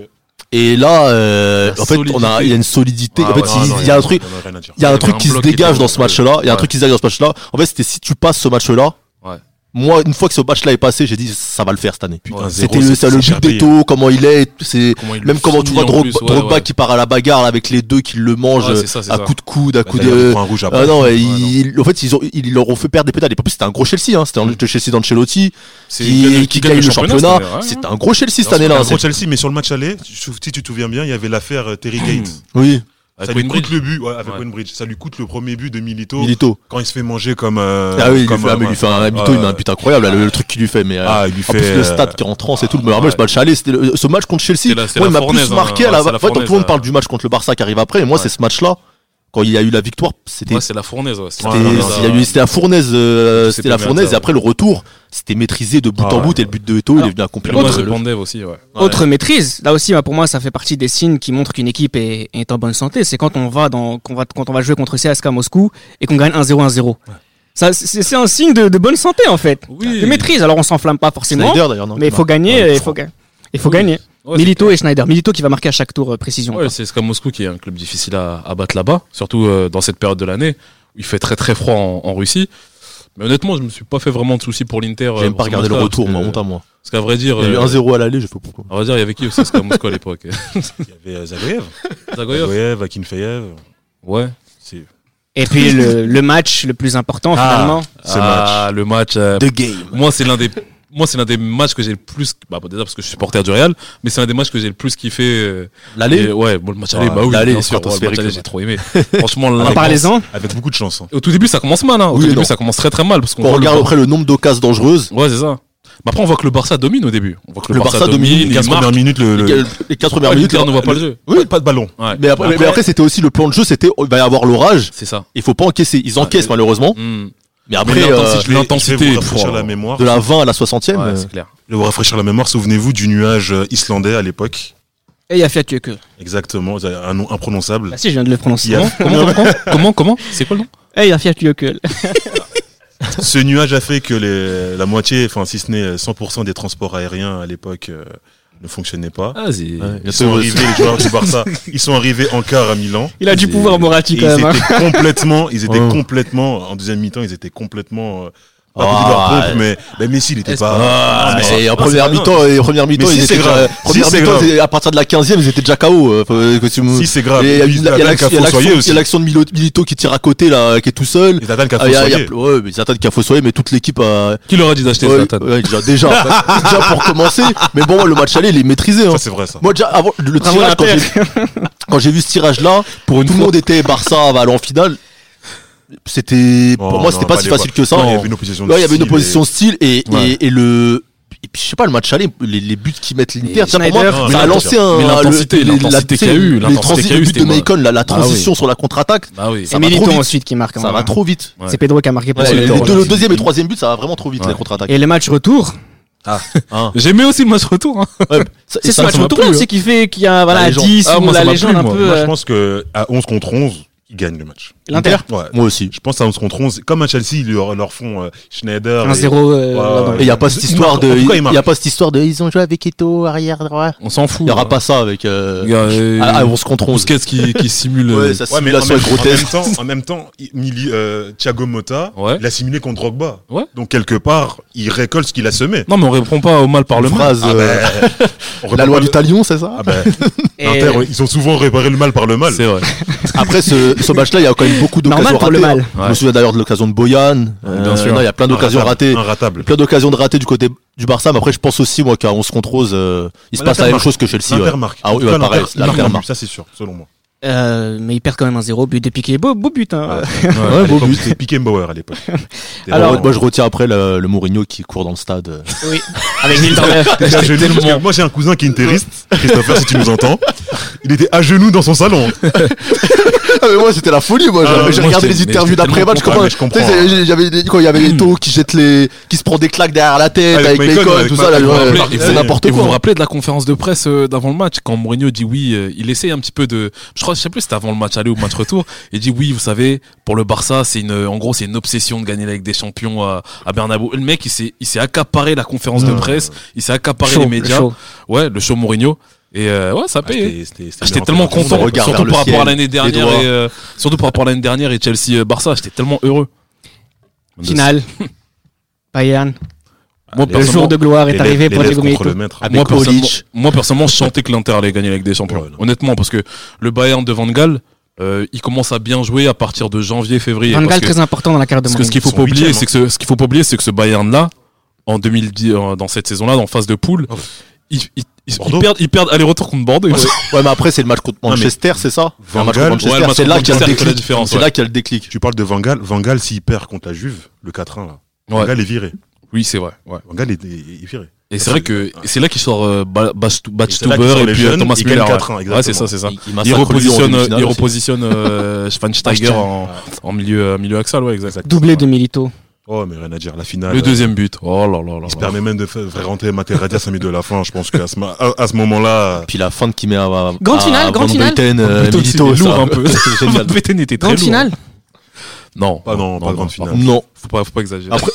S4: Et là, euh,
S5: La
S4: en fait, on a, il y a une solidité.
S5: Ah
S4: en fait,
S5: ouais,
S4: il-
S5: non,
S4: il y a un truc,
S3: on a rien à dire.
S4: Il y a
S5: Il y
S4: un
S5: avait
S4: truc
S5: un
S4: qui se
S5: bloc qui
S4: dégage
S5: était
S4: dans ce
S5: dans le-
S4: match-là. Il y a un
S5: ouais.
S4: truc qui se dégage dans ce match-là. En fait, c'était si tu passes ce match-là,
S5: Ouais.
S4: Moi, une fois que ce match-là est passé, j'ai dit ça va le faire cette année.
S3: Putain, zéro,
S4: C'était
S3: c'est-
S4: le, ça, le
S3: c'est
S4: but
S3: payé.
S4: d'Eto, comment il est, c'est
S5: Comment il
S4: même
S5: le
S4: comment tu
S5: finit
S4: vois
S5: en
S4: Drogba,
S5: plus, ouais,
S4: Drogba
S5: ouais.
S4: qui euh, part à la bagarre là, avec les deux qui le mangent
S5: Ouais, c'est ça, c'est
S4: à
S5: ça.
S4: coup de coude, à coup
S3: D'ailleurs, il
S4: de.
S3: prend un rouge après.
S4: Ah non,
S5: Ouais,
S4: ils- en fait, ils, ont, ils leur ont fait perdre des pédales. Et en plus, c'était un gros Chelsea. Hein. C'était un de Chelsea d'Ancelotti
S5: C'est- il
S4: qui, qui gagne le championnat.
S5: cette année, ouais.
S4: C'était un gros Chelsea cette
S5: Bien sûr,
S4: année-là.
S3: Un
S4: hein,
S3: gros Chelsea, mais sur le match aller, tu- si tu te souviens bien, il y avait l'affaire euh, Terry Gates.
S4: c'est- Oui,
S5: Avec
S3: ça lui
S5: Winbridge.
S3: coûte le but, ouais, avec
S5: Ouais.
S3: Winbridge. Ça lui coûte le premier but de Milito,
S4: Milito.
S3: quand il se fait manger comme. euh,
S4: ah oui, il lui
S3: comme
S4: fait, ah,
S3: un-
S4: mais il lui fait un Milito, il met un but incroyable, là, le, le truc qu'il lui fait. Mais, euh,
S3: Ah, il lui
S4: en
S3: fait,
S4: plus, le
S3: euh,
S4: stade qui est en transe et tout, le me rappelle ce match aller, c'était le- ce match contre Chelsea.
S5: C'est la- c'est
S4: Moi, il
S5: la
S4: m'a plus
S5: fournaise, hein.
S4: marqué à
S5: Ouais,
S4: la,
S5: c'est la
S4: en fait, donc, tout le
S5: fournaise,
S4: monde parle du match contre le Barça qui arrive après. Et moi, c'est
S5: Ouais.
S4: ce match-là, quand il y a eu la victoire, c'était
S5: Ouais, c'est la fournaise. ouais.
S4: C'était
S5: Ouais, non, non,
S4: il y a eu- c'était la fournaise, euh,
S5: Je sais
S4: c'était
S5: pas
S4: la
S5: combien
S4: fournaise
S5: ça,
S4: et après le retour, c'était maîtrisé de bout
S3: Ah
S4: en
S3: ouais.
S4: bout et le but de Eto, il est
S2: Alors,
S4: venu accomplir
S5: Le match
S4: le-
S5: de
S4: le-
S5: Pandev aussi, ouais.
S4: Ouais.
S2: Autre maîtrise, là aussi, bah, pour moi, ça fait partie des signes qui montrent qu'une équipe est, est en bonne santé. C'est quand on va dans, qu'on va, quand on va jouer contre CSKA Moscou et qu'on gagne 1-0, 1-0. Ça, c'est, c'est un signe de, de bonne santé, en fait.
S5: Oui.
S2: De maîtrise. Alors, on s'enflamme pas forcément.
S4: Snyder, d'ailleurs, hein, non,
S2: mais il
S4: qui
S2: faut
S4: marque.
S2: gagner,
S4: Ouais,
S2: il faut, ga- il faut
S5: Oui.
S2: gagner.
S5: Ouais,
S2: Milito et Schneider. Milito qui va marquer à chaque tour, euh, précision.
S5: Ouais, c'est comme Moscou qui est un club difficile à, à battre là-bas, surtout euh, dans cette période de l'année où il fait très très froid en, en Russie. Mais honnêtement, je me suis pas fait vraiment de soucis pour l'Inter. euh,
S4: J'ai même
S5: pour
S4: pas
S5: ce
S4: regardé le
S5: match-là,
S4: retour,
S5: parce
S4: moi,
S5: que-
S4: honte à moi.
S5: Parce qu'à vrai dire,
S4: Il y a eu
S5: euh,
S4: 1-0 à l'aller, je sais pas pourquoi.
S5: à vrai dire, il y avait qui aussi à Moscou à l'époque
S3: Il y avait euh, Zagoyev.
S5: Zagoyev
S3: Zagoyev, Akinfeyev.
S5: Ouais.
S3: C'est
S2: Et puis, le, le match le plus important,
S5: Ah.
S2: finalement.
S3: Ce
S5: ah, le match. euh,
S4: The game.
S5: moi, c'est l'un des. Moi, c'est l'un des matchs que j'ai le plus. Bah, bon, déjà parce que je suis supporter du Real, mais c'est l'un des matchs que j'ai le plus kiffé. euh, et,
S4: L'aller,
S5: Ouais, bon, le match aller,
S4: Ah,
S5: bah oui,
S4: l'aller,
S5: bien sûr. ouais, le
S4: stratosphérique,
S5: match aller,
S4: le
S5: j'ai
S4: match.
S5: trop aimé. Franchement,
S2: En
S5: l'immense-
S2: parlez-en.
S3: avec beaucoup de chance. hein.
S5: Au tout début, ça commence mal. Hein. Au
S4: Oui,
S5: tout
S4: non.
S5: début, ça commence très très mal parce qu'on
S4: quand on
S5: voit le
S4: regarde après le nombre d'occasions dangereuses,
S5: Ouais, c'est ça. Mais après, on voit que le Barça domine au début. On voit que le,
S4: Le
S5: Barça,
S4: Barça domine,
S5: domine,
S3: Les
S5: il
S3: 15
S5: marque.
S3: premières minutes, le. le-
S4: les- les 4 premières
S5: Ouais,
S4: minutes, hein.
S5: l'Inter Ah, ne voit pas le jeu.
S3: Oui, pas de ballon.
S5: Ouais.
S4: mais après,
S5: Après,
S4: mais après, c'était aussi le plan de jeu, c'était, oh, il va y avoir l'orage,
S5: c'est ça.
S4: il faut pas encaisser. Ils encaissent, malheureusement,
S5: Mm.
S4: mais
S5: Mais
S4: après,
S5: l'intensi-
S4: euh,
S3: Je vais-
S5: L'intensité
S3: je vais
S5: est
S3: vous rafraîchir
S5: trop-
S3: la mémoire.
S4: de la 20 à la 60ème,
S5: Ouais,
S4: euh,
S5: c'est clair.
S3: Je vais vous rafraîchir la mémoire. Souvenez-vous du nuage euh, islandais à l'époque.
S2: Et il y a Fiat que.
S3: Exactement. Un nom imprononçable.
S2: Bah, si, je viens de le prononcer. Eh,
S3: Il y a-
S2: Non
S5: Comment, comment, comment, comment C'est quoi le nom
S2: Et il y a Fiat que.
S3: Ce nuage a fait que les- la moitié, enfin si ce n'est euh, 100% des transports aériens à l'époque euh, ne fonctionnaient pas.
S5: Ah, c'est.
S4: ouais, il y a
S3: Ils sont
S4: tout-
S3: arrivés, les joueurs du Barça, ils sont arrivés en quart à Milan.
S2: Il a du
S3: Et-
S2: pouvoir,
S3: et
S2: Morati,
S3: ils
S2: quand même. hein.
S3: étaient complètement, ils étaient
S4: Ouais.
S3: complètement, en deuxième mi-temps, ils étaient complètement, euh, pas
S4: Oh. Ah,
S3: au bout de leur pompe,
S4: ouais.
S3: mais, mais Messi, il était
S5: Est-ce
S3: pas,
S4: Ah,
S3: Ah, mais
S4: mais en
S5: c'est
S4: première
S5: pas
S4: mi-temps, et en première mi-temps,
S3: si,
S4: ils
S3: c'est
S4: étaient
S3: grave.
S4: déjà-
S3: Si,
S4: première
S3: c'est
S4: mi-temps,
S3: grave.
S4: c'est- à partir de la 15e, ils étaient déjà KO. euh, faut- que tu me-
S3: si c'est grave,
S4: Il y a une- il y a l'action- il y a l'action- il y a
S3: aussi.
S4: l'action de Milo- Milito qui tire à côté, là, qui est tout seul.
S3: Ils attaquent qu'à
S4: Ah, il y a- il y a-
S3: Fossoyer.
S4: ouais, mais Zlatan qui a fossoyé, mais toute l'équipe a.
S5: Qui leur a dit d'acheter
S4: Ouais,
S5: Zlatan
S4: ouais, déjà, déjà, déjà pour commencer. Mais bon, le match aller, il est maîtrisé. hein.
S3: Ça, c'est vrai, ça.
S4: Moi, déjà, avant le
S2: Bravo,
S4: tirage,
S2: la
S4: quand
S2: paire.
S4: j'ai- quand j'ai vu ce tirage-là,
S5: Pour une
S4: tout le
S5: fois.
S4: monde était Barça va aller en finale. C'était.
S3: Oh, Non,
S4: Pour moi, c'était
S3: non,
S4: pas si
S3: les
S4: facile
S3: voix.
S4: que ça. hein.
S3: Non, Il y avait une opposition de
S4: Ouais, il y avait une
S3: style
S4: opposition style et,
S5: Ouais.
S4: et, et le. Et puis, je sais pas, le match aller, les, les buts qu'ils mettent l'Inter,
S2: Et
S4: tiens, pour moi,
S2: Schneider.
S4: ça a
S5: Mais
S4: lancé un.
S5: mais l'intensité,
S4: le- les-
S5: l'intensité
S4: la-
S5: qu'il y a eu,
S4: les
S5: l'intensité
S4: transi-
S5: qu'il y a
S4: le but
S5: eu,
S4: de
S5: c'était moi.
S4: Macon, la, la transition sur la contre-attaque,
S5: Bah oui.
S4: Ça
S2: C'est
S4: va trop
S2: Milito
S4: vite.
S2: ensuite qui marque. en
S4: ça va
S2: vrai.
S4: trop vite.
S5: Ouais.
S2: C'est Pedro qui a marqué pour
S4: Ouais,
S2: celui
S4: les
S2: de-
S4: deux- le deuxième et troisième but, ça va vraiment trop vite,
S5: Ouais.
S4: la contre-attaque.
S2: Et le match retour,
S5: J'aimais aussi le match retour. hein.
S4: Ouais, bah, ça- et
S2: c'est ce
S4: ça-
S2: match
S4: ça m'a
S2: retour
S4: plu, hein.
S2: c'est qui fait qu'il y a voilà,
S4: La légende.
S2: 10
S5: Ah,
S2: ou
S5: moi, ça
S2: la
S5: m'a
S2: légende
S5: plu,
S2: un
S5: moi.
S2: peu.
S3: Moi, je
S2: euh,
S3: pense que à 11 contre 11, ils gagnent le match.
S2: L'Inter.
S3: Ouais.
S4: Moi aussi.
S3: Je pense à 11 contre 11. Comme à Chelsea, ils leur, leur font euh, Schneider. et-
S2: 1-0. euh,
S3: Ouais,
S2: là-bas.
S3: ouais.
S4: Et il y a pas cette
S3: Ils
S4: histoire
S3: marquent.
S4: de.
S3: En tout cas, ils
S4: Il y a
S3: marquent.
S4: pas cette histoire de. Ils ont joué avec Eto, arrière droit.
S5: On s'en fout.
S4: Il y aura
S5: hein.
S4: pas ça avec. euh,
S5: Il y a, euh,
S4: à- à 11 contre 11.
S5: Busquets qui, qui simule. euh,
S4: Ouais, ça
S3: Ouais, mais en
S4: simulation
S3: même,
S4: est
S3: en même
S4: grotesque.
S3: temps, en même temps, il- Mili- euh, Thiago Motta
S5: Ouais.
S3: l'a simulé contre Drogba.
S5: Ouais.
S3: Donc quelque part, il récolte ce qu'il a semé.
S5: Non, mais on répond pas au mal par le
S4: Une
S5: mal.
S4: phrase.
S3: Ah
S4: euh,
S3: ben, on
S4: La
S3: répare
S4: loi
S3: pas
S4: du
S3: le-
S4: talion, c'est ça
S3: Ah ben,
S2: Et-
S3: l'Inter, ouais, ils ont souvent réparé le mal par le mal.
S5: C'est vrai.
S4: Après ce, ce match-là, il y a quand même beaucoup d'occasions
S2: Normal
S4: ratées. hein.
S2: pour le mal.
S4: Je me souviens d'ailleurs de l'occasion de Boyan. Euh,
S5: bien sûr.
S4: non, il y a plein d'occasions ratées.
S3: Un Ah, ratable.
S4: Plein d'occasions de ratées du côté du Barça. Mais après, je pense aussi, moi, qu'à 11 contre 11, euh, il se
S3: Bah,
S4: passe la même
S3: l'Inter
S4: chose que Chelsea.
S3: L'Inter
S4: ouais.
S3: marque.
S4: Ah
S3: En
S4: oui,
S3: tout
S4: ouais,
S3: cas,
S4: pareil,
S3: l'Inter-
S4: l'Inter
S3: l'Inter
S4: marque.
S3: marque. Ça, c'est sûr, selon moi.
S2: euh, mais il perd quand même 1-0, but de piqué. Beau, beau but. hein.
S5: Ouais.
S4: Ouais, beau
S3: Comme
S4: but.
S3: C'était Pickenbauer à l'époque. C'était
S2: Alors-
S4: Moi,
S3: vraiment-
S4: moi, je retiens après le, le Mourinho qui court dans le stade. euh.
S2: Oui. Avec Nil
S3: J'étais à genoux, parce que Moi, j'ai un cousin qui est interiste. Christopher, si tu nous entends. Il était à genoux dans son salon.
S4: Ah mais moi c'était la folie moi
S3: Ah,
S4: j'ai j'ai
S5: moi,
S4: regardé
S5: j'étais-
S4: les
S5: mais
S4: interviews
S5: j'étais
S4: d'après match comment
S5: tellement
S3: content, mais je comprends.
S4: tu sais, j'ai- j'avais des- quand il y avait les taux qui jettent les qui se prend des claques derrière la tête avec,
S3: Avec
S4: les
S3: Bacon,
S4: codes
S3: avec
S4: tout
S3: Bacon,
S4: ça là,
S3: vous vous
S4: ouais,
S5: rappelez-
S4: Euh, c'est
S3: et-
S4: n'importe
S5: Et vous vous
S4: quoi.
S5: rappelez de la conférence de presse euh, d'avant le match quand Mourinho dit oui, euh, il essaye un petit peu de, je crois, je sais plus si c'était avant le match aller ou match retour, il dit oui, vous savez, pour le Barça, c'est une, en gros, c'est une obsession de gagner avec des champions à, à Bernabeu. Le mec, il s'est, il s'est accaparé la conférence de
S4: Ah.
S3: Ouais.
S5: presse, il s'est accaparé les médias, ouais, le show Mourinho, et euh, ouais,
S3: Ah,
S5: ça a payé. J'étais tellement content,
S4: le regard vers
S5: surtout par
S4: le
S5: rapport à
S4: ciel,
S5: l'année dernière,
S4: doigts.
S5: et, euh, surtout par rapport à l'année dernière et Chelsea euh, Barça, j'étais tellement heureux.
S2: Finale. Bayern,
S5: Moi,
S2: le jour
S5: personnellement-
S2: de gloire est
S3: Les
S2: arrivé
S3: lèvres-
S2: pour
S3: les
S2: Diego
S3: lèvres
S2: Milito.
S3: contre le maître.
S4: Avec
S5: Moi personnellement,
S4: Olic.
S5: moi, personnellement, je sentais que l'Inter allait gagner la Ligue des Champions.
S3: Ouais, non.
S5: honnêtement, parce que le Bayern de Van Gaal, euh, il commence à bien jouer à partir de janvier, février.
S2: Van
S5: parce
S2: Gaal,
S5: que-
S2: très important dans la carrière de
S5: Parce que ce
S2: Mourinho.
S5: qu'il faut
S3: Ils
S5: pas
S3: sont
S5: oublier,
S3: huitièmes,
S5: c'est que ce, ce qu'il faut pas oublier, c'est que ce Bayern là, en 2010, euh, dans cette saison là, en phase de poule,
S3: Oh.
S5: ils, ils- ils- ils
S3: Bordeaux.
S5: perdent, ils perdent aller-retour contre Bordeaux. Ils-
S4: Ouais, mais après, c'est le match contre
S3: mais-
S4: Manchester, c'est ça
S3: Van
S4: Un match
S3: Gaal-
S4: contre Manchester,
S5: Ouais, le match
S4: c'est là
S5: contre
S4: qu'il y a le
S5: Manchester qui fait la
S4: déclic.
S5: différence,
S4: C'est
S5: ouais.
S4: là qu'il y a le déclic.
S3: Tu parles de Van Gaal. Van Gaal, s'il perd contre la Juve, le 4-1, là, Van
S5: Ouais.
S3: Gaal est viré.
S5: Oui, c'est vrai. ouais.
S3: Van Gaal est, est- est viré.
S5: Et c'est vrai que et c'est là qu'il sort euh, Ba- Bast-
S3: c'est là qu'il
S5: Batstuber
S3: sort
S5: et
S3: les
S5: puis euh,
S3: jeunes,
S5: Thomas
S3: il gagne
S5: Müller. ouais.
S3: 4-1,
S5: Ouais, c'est ça,
S3: exactement.
S5: c'est ça.
S4: Il,
S5: Il
S4: massacre Lyon en
S5: repositionne, euh, il
S4: demi-finale aussi.
S5: repositionne euh, Schweinsteiger en, en milieu, euh, milieu axial, ouais, exact.
S3: Exactement.
S2: Doublé de Milito.
S3: Oh, mais rien à dire. La finale.
S5: Le
S3: euh,
S5: deuxième but. Oh là là là.
S3: Il se
S5: là.
S3: permet même de faire faire rentrer Mater Radias à mi de la fin. Je pense qu'à ce, ma- à, à ce moment-là,
S4: Puis la fin de qui met à. à-
S2: Grande
S4: à
S2: finale,
S4: Van
S2: grande finale.
S4: Beuten, euh,
S5: Plutôt,
S4: Milito,
S5: c'est
S4: ça.
S5: lourd un peu.
S4: C'est génial.
S5: Betten était très
S2: Grande
S5: lourd.
S2: finale.
S5: Non,
S3: Pas non, pas grande
S5: par
S3: finale.
S5: contre,
S4: Non.
S5: Faut pas, faut pas exagérer.
S4: Après-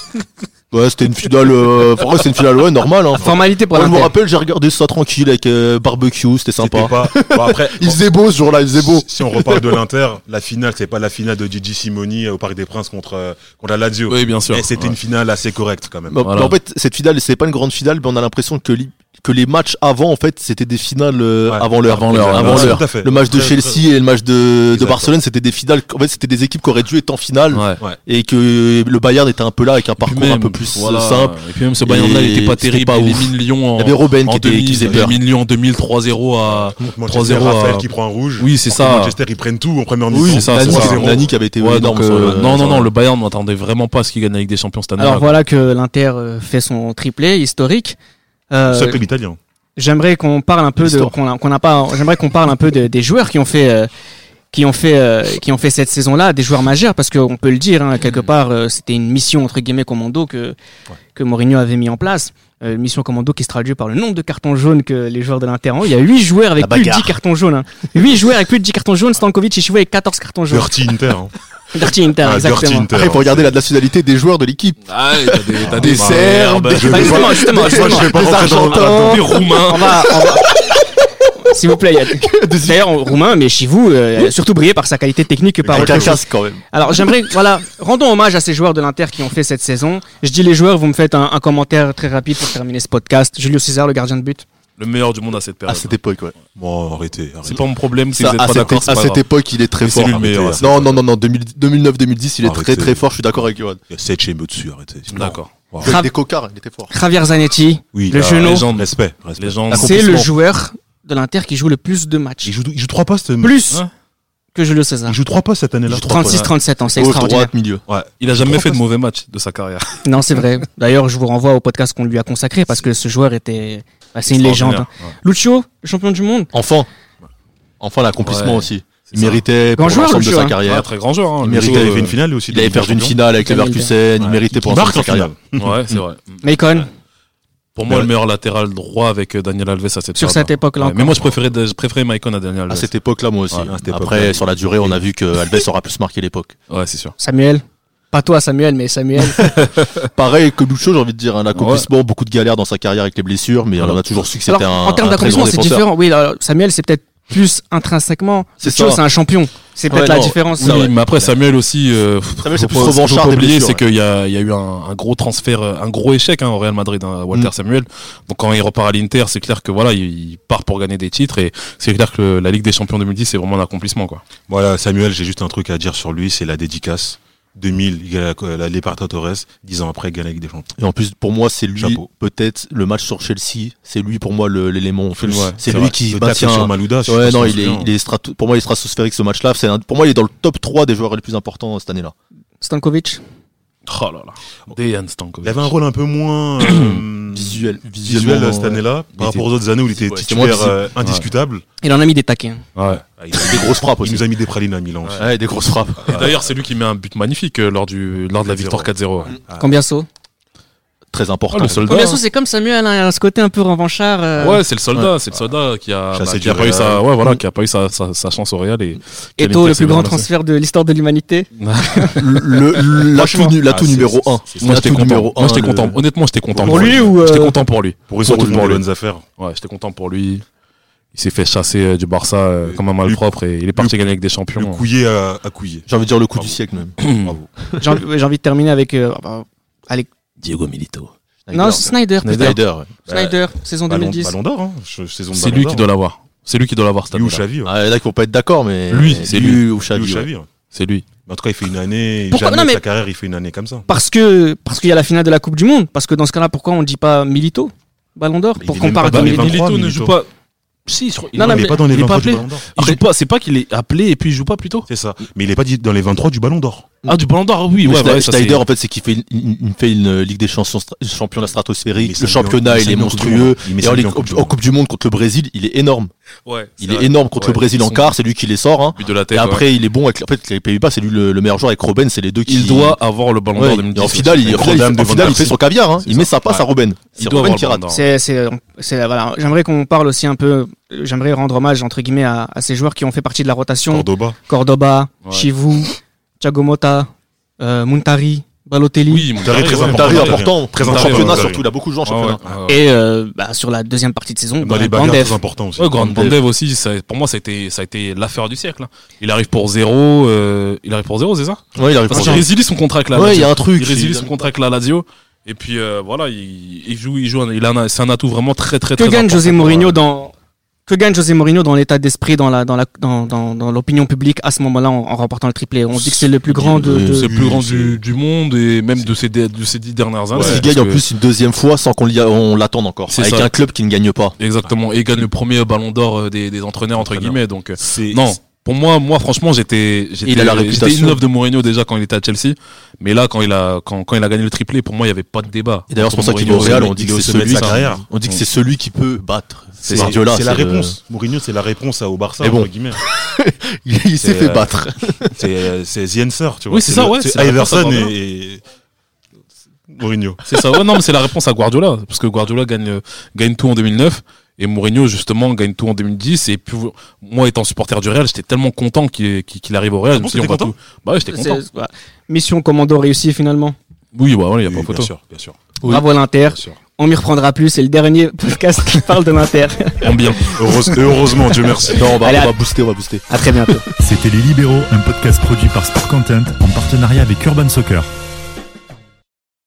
S4: Ouais, c'était une finale. Euh... enfin, ouais, c'était une finale, ouais, normale. Hein.
S2: Formalité pour
S4: Moi, je me
S2: l'Inter.
S4: rappelle, j'ai regardé ça tranquille avec euh, barbecue,
S3: c'était
S4: c'était sympa.
S3: pas. Bon, après,
S4: Il faisait beau ce jour-là, il faisait beau.
S3: Si, si on reparle de l'Inter, la finale, c'est pas la finale de Gigi Simoni euh, au Parc des Princes contre, euh, contre la Lazio.
S5: Oui, bien sûr.
S3: Mais eh, c'était
S5: Ouais.
S3: une finale assez correcte quand même.
S4: Bah,
S5: Voilà.
S4: En fait, cette finale, c'est pas une grande finale, mais on a l'impression que, li- que les matchs avant, en fait, c'était des finales euh,
S3: Ouais.
S4: avant l'heure.
S5: Avant l'heure,
S4: Avant
S3: ouais,
S4: l'heure.
S3: tout à fait.
S4: Le match de
S3: Très, très-
S4: Chelsea et le match de, de
S3: Exactement.
S4: Barcelone, c'était des finales. En fait, c'était des équipes qui auraient dû être en finale
S5: Ouais.
S4: et que le Bayern était un peu là avec un
S5: Puis
S4: parcours un
S5: même,
S4: peu plus
S5: voilà.
S4: euh, simple.
S5: Et puis même ce Bayern là, il était
S4: Et
S5: pas
S4: c'était
S5: terrible.
S4: pas
S5: Il
S4: ouf.
S5: élimine Lyon en
S4: Il y avait Robben qui, était, qui
S5: 2000,
S4: faisait
S5: il
S4: peur.
S5: élimine Lyon en 2003-0 à.
S3: Contre Manchester,
S5: 3-0 à-
S3: Raphaël qui prend un rouge.
S5: Oui, c'est
S3: Contre
S5: ça.
S3: Manchester, ils prennent tout en première mi-temps.
S4: Oui,
S5: c'est ça,
S4: Nani,
S5: c'est
S4: qui-
S5: ça.
S4: Nani qui avait été
S5: Ouais,
S4: énorme
S5: donc,
S4: sur
S5: euh,
S4: le-
S5: non, non,
S4: sur
S5: non, le Bayern n'attendait vraiment pas à ce qu'il gagne la Ligue des Champions cette année.
S2: Alors voilà que l'Inter euh, fait son triplé historique. Euh,
S3: Seul club italien.
S2: J'aimerais qu'on parle un peu de
S4: L'histoire.
S2: qu'on a- qu'on n'a pas. J'aimerais qu'on parle un peu de- des joueurs qui ont fait. euh, qui ont fait euh, qui ont fait cette saison-là des joueurs majeurs parce qu'on peut le dire hein,
S5: Mm.
S2: quelque part euh, c'était une mission entre guillemets commando que que Mourinho avait mis en place Euh, une mission commando qui se traduit par le nombre de cartons jaunes que les joueurs de l'Inter ont il y a 8 joueurs avec
S4: La
S2: plus de
S4: bagarre.
S2: 10 cartons jaunes hein. 8 joueurs avec plus de 10 cartons jaunes Stankovic et avec 14 cartons jaunes
S3: Dirty Inter. hein.
S2: Dirty Inter
S3: Ah, Dirty
S2: exactement
S3: Inter.
S4: Après, il faut regarder la nationalité des joueurs de l'équipe.
S5: Ah, t'as des, t'as
S4: des
S5: des
S4: Serbes,
S5: Serbes,
S2: Bah, justement justement,
S5: Ah,
S3: Moi, je
S2: justement.
S3: vais pas
S4: Des
S3: rentrer dans-
S4: Argentins.
S5: des Roumains.
S2: On va- on va- S'il vous plaît, il y a- d'ailleurs en roumain, mais chez vous, euh, surtout brillé par sa qualité technique que par
S4: Avec un
S2: autre chose.
S4: casque quand même.
S2: Alors j'aimerais, voilà, rendons hommage à ces joueurs de l'Inter qui ont fait cette saison. Je dis les joueurs, vous me faites un, un commentaire très rapide pour terminer ce podcast. Julio César, le gardien de but.
S5: Le meilleur du monde à cette
S2: Ah,
S4: À
S5: période.
S4: cette époque, ouais.
S3: Bon, arrêtez. arrêtez.
S5: C'est pas mon problème si
S4: Ça,
S5: vous êtes
S4: à
S5: pas
S4: cette,
S2: ah,
S5: d'accord. c'est
S4: à
S5: pas
S4: cette
S5: grave.
S4: époque, il est très
S5: Mais c'est
S4: fort.
S5: lui le meilleur,
S4: Arrêtez. Non, non, non, non, 2009-2010, il est très
S3: Arrêtez.
S4: très fort, je suis d'accord avec Johan.
S3: Il y a 7 chez au-dessus, arrêtez.
S5: D'accord.
S3: Wow.
S2: Tra-
S4: Des cocards, il était fort.
S2: Javier Zanetti,
S3: Oui,
S2: Le
S3: là,
S2: genou.
S3: légende. Respect. respect.
S5: Les gens.
S2: Ah, c'est le joueur de l'Inter qui joue le plus de matchs.
S3: Il joue, il joue 3 postes. mais-
S2: Plus
S5: Hein
S2: que Julio César.
S3: Il joue 3 postes cette année-là.
S2: 36-37 ans, c'est
S4: Gauche,
S2: extraordinaire.
S4: droite, milieu.
S3: Ouais.
S5: Il a jamais
S3: Trois
S5: fait de
S3: fois.
S5: mauvais match de sa carrière.
S2: Non, c'est vrai. D'ailleurs, je vous renvoie au podcast qu'on lui a consacré parce que ce joueur était, bah, c'est une légende. hein.
S5: Extraordinaire, ouais.
S2: Lucio, le champion du monde.
S4: Enfant. Enfant, l'accomplissement
S5: Ouais.
S4: aussi. Il
S5: ça.
S4: méritait
S2: Grand
S4: pour
S2: joueur,
S4: l'ensemble de
S2: Lucio,
S4: sa
S2: hein.
S5: Ouais,
S4: carrière.
S5: très grand joueur. hein,
S4: Il
S5: le
S4: méritait-
S3: Il
S5: joueur,
S3: avait fait
S5: euh,
S3: une finale aussi.
S4: Il avait perdu une
S3: Champions.
S4: finale avec
S2: Ouais.
S4: Leverkusen, il
S5: Ouais.
S4: méritait pour
S3: Il
S4: l'ensemble
S3: marque
S4: de sa
S3: en
S4: carrière.
S3: finale.
S5: Ouais, c'est vrai.
S2: Macon,
S5: Pour moi,
S3: Ouais.
S5: le meilleur latéral droit avec euh, Daniel Alves à cette
S2: sur
S5: période.
S2: cette époque-là.
S5: Ouais,
S2: encore. Ah,
S5: mais moi, je préférais, je préférais Maicon à Daniel Alves.
S4: À cette époque-là, moi aussi.
S3: Ouais, à cette
S4: Après,
S3: époque-là.
S4: sur la durée, on a vu que Alves aura plus marqué l'époque.
S5: Ouais, c'est sûr.
S2: Samuel. Pas toi, Samuel, mais Samuel.
S4: Pareil que Lucho, j'ai envie de dire, un accomplissement, beaucoup de galères dans sa carrière avec les blessures, mais
S5: Voilà.
S4: on a toujours su que
S2: Alors,
S4: c'était un.
S2: en termes
S4: un très grand
S2: d'accomplissement, c'est
S4: défenseur.
S2: différent. Oui, alors, Samuel, c'est peut-être plus intrinsèquement.
S4: C'est
S2: Lucio,
S4: ça.
S2: c'est un champion. C'est peut-être
S4: Ouais,
S2: la
S4: non,
S2: différence.
S5: Oui, mais après Samuel aussi. Euh,
S4: Samuel, c'est plus
S5: faut pas- faut
S4: revanchard
S5: pas
S4: des
S5: oublier,
S4: blessures,
S5: c'est qu'il y a, il y a eu un, un gros transfert, euh, un gros échec hein, au Real Madrid, hein, Walter
S4: Mm.
S5: Samuel. Donc quand il repart à l'Inter, c'est clair que voilà, il, il part pour gagner des titres et c'est clair que le- la Ligue des Champions 2010 c'est vraiment un accomplissement quoi.
S3: Voilà, Samuel, j'ai juste un truc à dire sur lui, c'est la dédicace. 2000, il gagne la, la Libertad Torres, 10 ans après, il gagne la Ligue des Champions.
S4: Et en plus, pour moi, c'est lui,
S3: Chapeau.
S4: peut-être, le match sur Chelsea, c'est lui, pour moi, le- l'élément. en plus.
S5: Ouais,
S3: C'est
S4: c'est lui
S3: vrai.
S4: qui
S3: Le tacle
S4: maintient.
S3: sur Malouda. je
S4: Ouais,
S3: pense
S4: non,
S3: qu'on
S4: il
S3: se
S4: est,
S3: souvient.
S4: il est strato- pour moi, il est stratosphérique ce match-là. C'est un- Pour moi, il est dans le top 3 des joueurs les plus importants cette année-là.
S2: Stankovic.
S5: Oh là là. Dejan Stankovic.
S3: Il avait un rôle un peu moins euh,
S4: Visuel.
S3: visuel euh, cette année-là,
S4: il
S3: par
S4: était-
S3: rapport aux autres années où il était
S4: Ouais, c'était moins
S3: titulaire
S4: visible.
S3: euh, indiscutable.
S2: Il en a mis des taquets. hein.
S5: Ouais.
S3: Ah, il, a-
S4: Des grosses frappes
S3: il
S4: aussi.
S3: nous a mis des pralines à Milan. aussi.
S4: Ouais, des grosses frappes.
S5: Et d'ailleurs, c'est lui qui met un but magnifique euh, lors du lors de la victoire 4-0. ouais.
S3: Ah.
S2: Combien saut
S4: Très important.
S5: Mm. Oh, le soldat.
S2: Combien saut, c'est comme Samuel, hein, il a ce côté un peu revanchard. euh,
S5: Ouais, c'est le soldat, c'est le soldat qui a,
S3: Chassé
S5: bah, qui
S3: du
S5: a pas
S3: Real.
S5: eu sa, ouais, voilà, qui a pas eu sa, sa, sa chance au Real et
S2: Eto, le
S5: Quelle
S2: plus grand
S4: hein.
S5: persévérance.
S2: transfert de l'histoire de l'humanité.
S4: le, l'atout nu- l'atout
S3: Ah, c'est-
S4: numéro
S3: c'est-
S4: 1.
S3: c'est-
S5: moi j'étais content. Moi j'étais
S4: le-
S5: content. Honnêtement, j'étais content.
S2: Pour lui ou,
S5: J'étais
S2: euh,
S5: content pour lui.
S3: Pour eux, ils ont
S5: Surtout
S3: tout
S5: pour
S3: les
S5: lui.
S3: bonnes affaires.
S5: Ouais, j'étais content pour lui. Il s'est fait chasser euh, du Barça euh, comme un malpropre et il est parti gagner avec des champions.
S3: Le couillé à, à couillé.
S4: J'ai envie de dire le coup
S3: Bravo.
S4: du siècle même.
S2: J'ai envie, ouais, j'ai envie de terminer avec. euh, bah, allez,
S4: Diego Milito.
S2: Non, c'est Snyder, putain. Snyder,
S4: Snyder. ouais.
S2: saison
S3: Ballon,
S2: 2010.
S3: Ballon d'or, hein. Je- saison de
S5: C'est
S3: Ballon
S5: lui
S3: d'or,
S5: qui doit l'avoir. C'est lui qui doit l'avoir cette
S3: Liu
S5: année.
S3: Xavi, ouais.
S4: Ah, il y en a qui vont pas être d'accord, mais.
S5: Lui,
S4: mais
S5: c'est
S4: lui ou Xavi.
S3: Liu
S4: ouais.
S3: hein. Xavi, ouais.
S5: C'est lui.
S3: Mais En tout cas, il fait une année.
S2: Pourquoi-
S3: jamais
S2: non, mais-
S3: sa carrière, il fait une année comme ça.
S2: Parce que parce qu'il y a la finale de la Coupe du Monde. Parce que dans ce cas-là, pourquoi on ne dit pas Milito Ballon d'Or
S3: Mais
S2: pour
S3: il est
S2: qu'on
S3: même
S2: parle
S3: pas
S2: de
S5: Bah,
S3: dans les
S2: Milito.
S3: vingt-
S5: Milito
S3: 23,
S5: ne
S3: Milito.
S5: joue pas. Si, je crois- il-
S2: Non,
S5: il
S2: non,
S3: il
S5: est
S3: n'est
S2: mais-
S3: pas dans les
S5: il est pas
S3: 23 du
S5: appelé.
S3: Ballon d'or.
S5: il joue pas. C'est pas qu'il est appelé et puis il joue pas plutôt.
S3: C'est ça. Mais il n'est pas dit dans les 23 du Ballon d'or.
S5: Ah, du Ballon d'Or, oui.
S4: Mais
S5: Ouais,
S4: Snyder,
S5: ouais, ça, c'est-
S4: Snyder, en fait, c'est qu'il fait une, une- une- fait une Ligue des chansons, stra- championnat
S3: Mais
S4: stratosphérique.
S3: ça lui
S4: Le
S3: en-
S4: championnat,
S3: mais ça
S4: il est
S3: lui en Coupe du
S4: monstrueux.
S3: Monde. Il met
S4: Et
S3: ça
S4: en,
S3: lui
S4: Ligue-
S3: en Coupe du
S4: en
S3: Monde.
S4: Coupe du Monde contre le Brésil, il est énorme.
S5: Ouais, c'est
S4: Il est
S5: vrai.
S4: énorme contre
S5: Ouais,
S4: le Brésil en
S5: son-
S4: quart, c'est lui qui les sort. hein.
S5: But de la tête.
S4: Et
S5: ouais.
S4: après, il est bon avec, en fait, avec les Pays-Bas, c'est lui le, le meilleur joueur avec Robben, c'est les deux qui.
S5: il doit avoir le Ballon
S4: Ouais,
S5: d'Or
S4: et
S5: 2010.
S4: en finale, il, en
S3: Grand
S4: finale, il-
S3: Dame
S4: en
S3: de Van
S4: finale, il
S3: Persie.
S4: fait son caviar. hein.
S3: C'est
S4: Il met
S3: ça.
S4: sa passe
S5: Ouais.
S4: à Robben.
S5: Il
S4: C'est
S5: doit
S4: Robben
S5: avoir
S4: qui
S5: le Ballon
S4: rate.
S5: d'Or.
S2: C'est, c'est, c'est- voilà. J'aimerais qu'on parle aussi un peu. J'aimerais rendre hommage entre guillemets à, à ces joueurs qui ont fait partie de la rotation.
S3: Cordoba.
S2: Cordoba,
S5: Ouais.
S2: Chivu, Thiago Motta, euh, Muntari, Balotelli.
S5: Oui, mon
S3: Montari,
S5: Montari,
S3: très
S5: ouais.
S3: important.
S4: Montari,
S3: Montari,
S4: important.
S3: Très
S4: En
S5: important,
S4: championnat,
S3: Montari.
S4: surtout. Il a beaucoup joué en
S5: Ah Ouais, ouais.
S4: championnat.
S5: Ouais, ouais.
S2: Et euh, bah, sur la deuxième partie de saison, bah,
S3: Dans les
S2: Grand
S3: bagarres,
S2: Def.
S3: très important aussi.
S5: Ouais, Grand
S4: Bandev.
S5: Bandev aussi, ça- pour moi, ça a été, ça a été l'affaire du siècle. hein. Il arrive pour zéro, euh, il arrive pour zéro, c'est ça
S4: Ouais, il arrive
S5: Parce
S4: pour
S5: qu'il résilie son contrat avec la
S4: Ouais, il y
S5: Lazio.
S4: a un truc.
S5: Il résilie son contrat avec la Lazio. Et puis euh, voilà, il, il joue, il joue, un- il a un- c'est un atout vraiment très très
S2: Que
S5: très
S2: gagne
S5: important
S2: José
S5: pour,
S2: Mourinho
S5: euh,
S2: dans que gagne José Mourinho dans l'état d'esprit, dans la dans la dans, dans, dans l'opinion publique à ce moment-là en, en remportant le triplé On se dit que c'est le plus grand de. de-
S5: euh, C'est le plus grand
S3: c'est-
S5: du, du monde et même de ces, dé- de ces dix dernières années.
S4: Parce qu'il
S5: parce
S4: gagne en
S5: que-
S4: plus une deuxième fois sans qu'on l'y a- on l'attende encore.
S5: C'est
S4: Avec
S5: ça.
S4: un club qui ne gagne pas.
S5: Exactement. Et il gagne le premier ballon d'or euh, des, des entraîneurs, entre
S3: Entraîneur.
S5: guillemets. Donc, euh,
S3: C'est-
S5: non. Pour moi, moi, franchement, j'étais, j'étais,
S4: Il a la
S5: j'étais
S4: réputation.
S5: une œuvre de Mourinho déjà quand il était à Chelsea. Mais là, quand il a, quand, quand il a gagné le triplé, pour moi, il n'y avait pas de débat.
S4: Et d'ailleurs, c'est pour ça qu'il est
S5: Mourinho,
S4: au Real.
S5: c'est-
S4: On dit
S3: il est
S4: que
S3: au
S4: c'est
S3: sommet de
S4: celui
S3: sa carrière.
S4: On dit que c'est celui qui peut battre.
S3: C'est
S4: C'est Guardiola,
S3: c'est la
S4: c'est le-
S3: réponse. Mourinho, c'est la réponse à- au Barça.
S4: Mais bon.
S3: entre guillemets.
S4: Il il
S3: C'est,
S4: s'est fait
S3: euh,
S4: battre.
S3: C'est euh, c'est The Answer, tu vois.
S5: Oui, c'est ça,
S3: le-
S5: ouais, c'est
S3: C'est
S5: la
S3: Iverson
S5: réponse à
S3: et et Mourinho.
S5: C'est ça. Ouais, non, mais c'est la réponse à Guardiola. Parce que Guardiola gagne, euh, gagne tout en 2009. Et Mourinho, justement, gagne tout en 2010. Et puis, moi, étant supporter du Real, j'étais tellement content qu'il, qu'il qu'il arrive au Real. Je me suis dit,
S3: Ah t'étais
S5: on va
S3: content
S5: tout. Bah ouais, j'étais content.
S2: c'est- voilà. Mission commando réussie finalement.
S5: Oui, bah, ouais, il n'y a
S3: Oui,
S5: pas photo.
S3: Bien sûr, bien sûr.
S4: Oui.
S2: Bravo à l'Inter.
S3: Bien sûr.
S2: On m'y reprendra plus. C'est le dernier podcast qui parle de l'Inter.
S5: Ambiant.
S3: Heureuse- heureusement, Dieu merci.
S4: Non, on va
S2: Allez,
S4: on
S2: à-
S4: va booster, on va booster.
S2: À très bientôt.
S6: C'était Les Libéraux, un podcast produit par Sport Content en partenariat avec Urban Soccer.